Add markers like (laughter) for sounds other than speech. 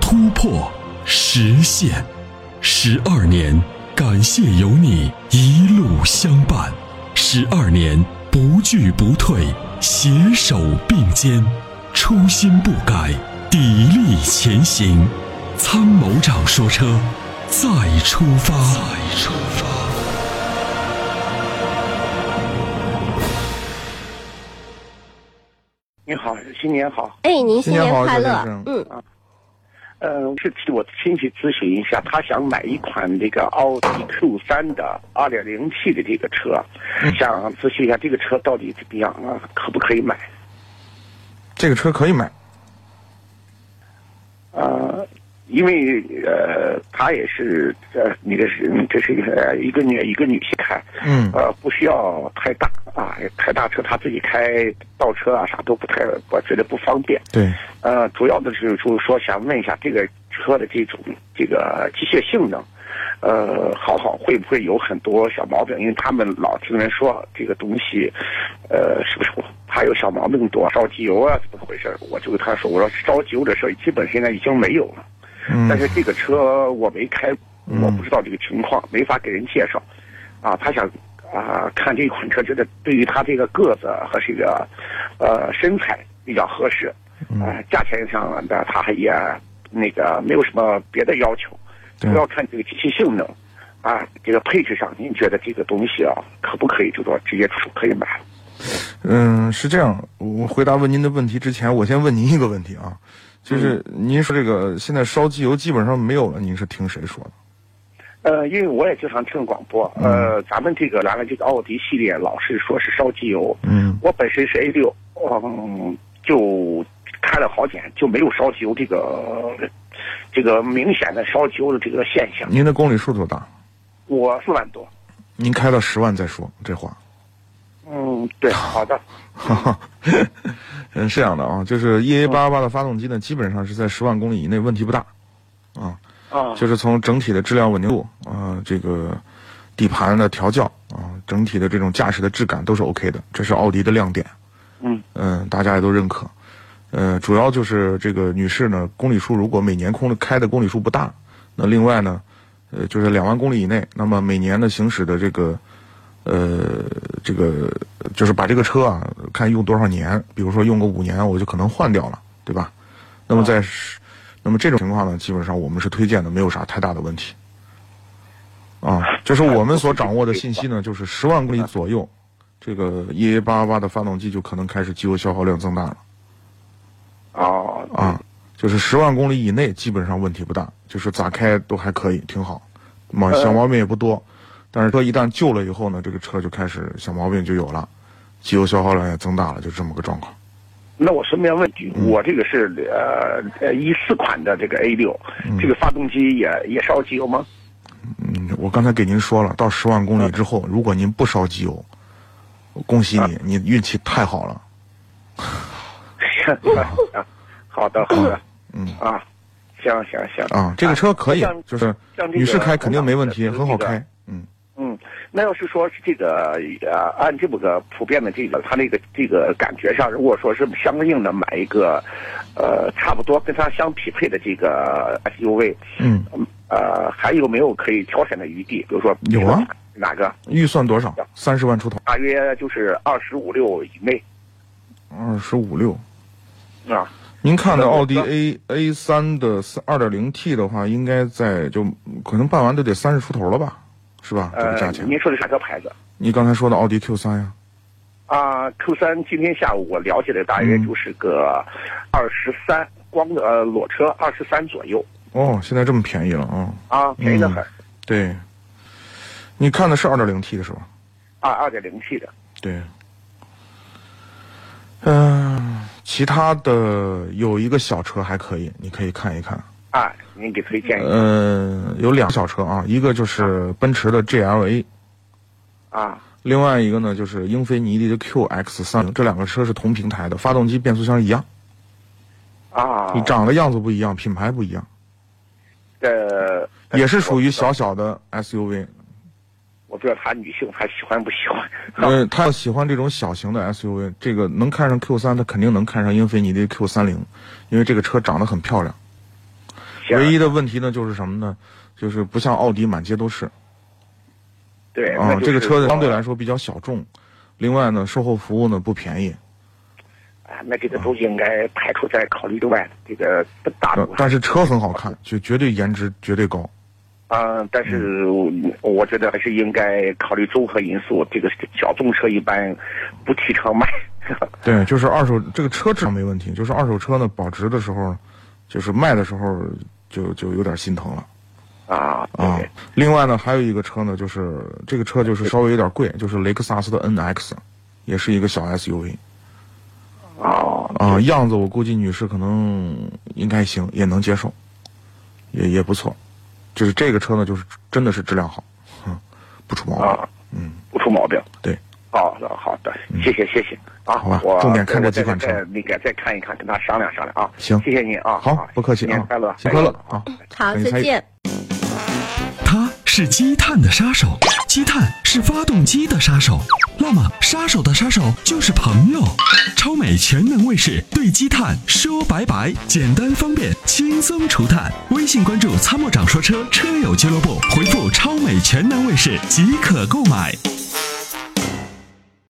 突破、实现，十二年，感谢有你一路相伴，十二年不惧不退，携手并肩，初心不改，砥砺前行。”参谋长说：“车，再出发。”再出发。你好，新年好。哎，您新新年好快乐周先生！嗯，嗯，是替我亲戚咨询一下，他想买一款这个奥迪 Q 三的二点零 T 的这个车，想咨询一下这个车到底怎么样啊？可不可以买？这个车可以买，呃，因为呃，她也是呃，那个是这是一个呃一个女一个女性开，嗯呃，不需要太大啊，太大车她自己开倒车啊啥都不太，我觉得不方便。对，呃，主要的是就是说想问一下这个车的这种这个机械性能，呃，好好会不会有很多小毛病？因为他们老听人说这个东西，呃，是不是还有小毛病多，烧机油啊，怎么回事？我就跟他说，我说烧机油这事儿基本现在已经没有了，嗯但是这个车我没开，我不知道这个情况，没法给人介绍。啊，他想啊、看这款车，觉得对于他这个个子和这个呃身材比较合适，嗯啊、价钱上呢，他还也那个没有什么别的要求，对主要看这个机器性能。啊，这个配置上，您觉得这个东西啊，可不可以就说直接出可以买？嗯，是这样。我回答问您的问题之前，我先问您一个问题啊，就是您说这个现在烧机油基本上没有了，您是听谁说的？呃，因为我也经常听广播，呃，嗯咱们这个来了这个奥迪系列，老是说是烧机油，嗯我本身是 A 六，嗯，就开了好点，就没有烧机油这个这个明显的烧机油的这个现象。您的公里数多大？我四万多，您开到十万再说这话。 (laughs) 嗯，对，好的，哈哈，嗯，是这样的啊，就是 EA 八八的发动机呢，基本上是在十万公里以内，问题不大。啊，就是从整体的质量稳定度啊、呃这个底盘的调教啊、整体的这种驾驶的质感都是 OK 的，这是奥迪的亮点。嗯嗯，大家也都认可。呃，主要就是这个女士呢，公里数如果每年空的开的公里数不大，那另外呢，呃，就是两万公里以内，那么每年的行驶的这个，呃，这个就是把这个车啊，看用多少年，比如说用个五年，我就可能换掉了，对吧？那么在是，那么这种情况呢，基本上我们是推荐的，没有啥太大的问题。啊，就是我们所掌握的信息呢，就是十万公里左右，这个 EA 八八的发动机就可能开始机油消耗量增大了哦，啊，就是十万公里以内基本上问题不大，就是咋开都还可以，挺好，毛呃小毛病也不多。但是车一旦旧了以后呢，这个车就开始小毛病就有了，机油消耗量也增大了，就这么个状况。那我顺便问句，嗯我这个是呃呃一四款的这个 A 六，这个发动机也也烧机油吗？ (laughs) 嗯，我刚才给您说了，到十万公里之后，如果您不烧机油，恭喜呃你，你运气太好了。啊好的，好的，嗯啊，行行行啊，这个车可以呃像，就是像这个女士开肯定没问题，红很马好的开。嗯，嗯，那要是说是这个呃，按这么个普遍的这个他那个这个感觉上，如果说是相应的买一个，呃，差不多跟它相匹配的这个 SUV，嗯，呃，还有没有可以挑选的余地？比如说有啊，哪个？预算多少？三十万出头，大约就是二十五六以内二十五六。啊。您看的那我奥迪刚 A A 三的二点零 T 的话，应该在就可能办完都得三十出头了吧，是吧？这个价呃，钱。您说的是哪个牌子？你刚才说的奥迪 Q 三呀，啊，Q 三今天下午我了解的大约嗯就是个二十三，光的呃裸车二十三左右哦，现在这么便宜了啊、啊，便宜的很、对，你看的是二点零 T 的是吧？啊，二点零 T 的。对，呃嗯、其他的有一个小车还可以，你可以看一看。哎，您给推荐一下呃，有两小车啊，一个就是奔驰的 GLA，呃啊？另外一个呢就是英菲尼迪的 QX 3 0这两个车是同平台的，发动机、变速箱一样，啊，你长得样子不一样，品牌不一样，呃，也是属于小小的 SUV。我不知道他女性她喜欢不喜欢。 (laughs) 呃，他要喜欢这种小型的 SUV，这个能看上 Q 3他肯定能看上英菲尼迪 Q 3 0因为这个车长得很漂亮。 (laughs) 行唯一的问题呢就是什么呢？就是不像奥迪满街都是。对啊哎那，就是这个车子说相对来说比较小众，另外呢，售后服务呢不便宜，啊，那这个都应该排除在考虑之外。这个不大呃众，但是车很好看，就绝对颜值绝对高。嗯，但是我我觉得还是应该考虑综合因素。这个小众车一般不提倡卖。 (laughs) 对，就是二手这个车质量没问题，就是二手车呢保值的时候，就是卖的时候就就有点心疼了啊，对啊。另外呢，还有一个车呢，就是这个车就是稍微有点贵，就是雷克萨斯的 NX，也是一个小 SUV 啊，啊，样子我估计女士可能应该行，也能接受，也也不错。就是这个车呢，就是真的是质量好，哼，不出毛病。啊，嗯，不出毛病。对，好的，好的，谢谢，谢谢啊，嗯好吧我重点看这我几款车再再那个再看一看，跟他商量商量啊。行谢谢您啊，好，不客气新年啊，快乐，哎新年快乐啊，好，等一下再见。它是积碳的杀手，积碳是发动机的杀手。那么，杀手的杀手就是朋友。超美全能卫士对积碳说拜拜，简单方便，轻松除碳。微信关注“参谋长说车”车友俱乐部，回复“超美全能卫士”即可购买。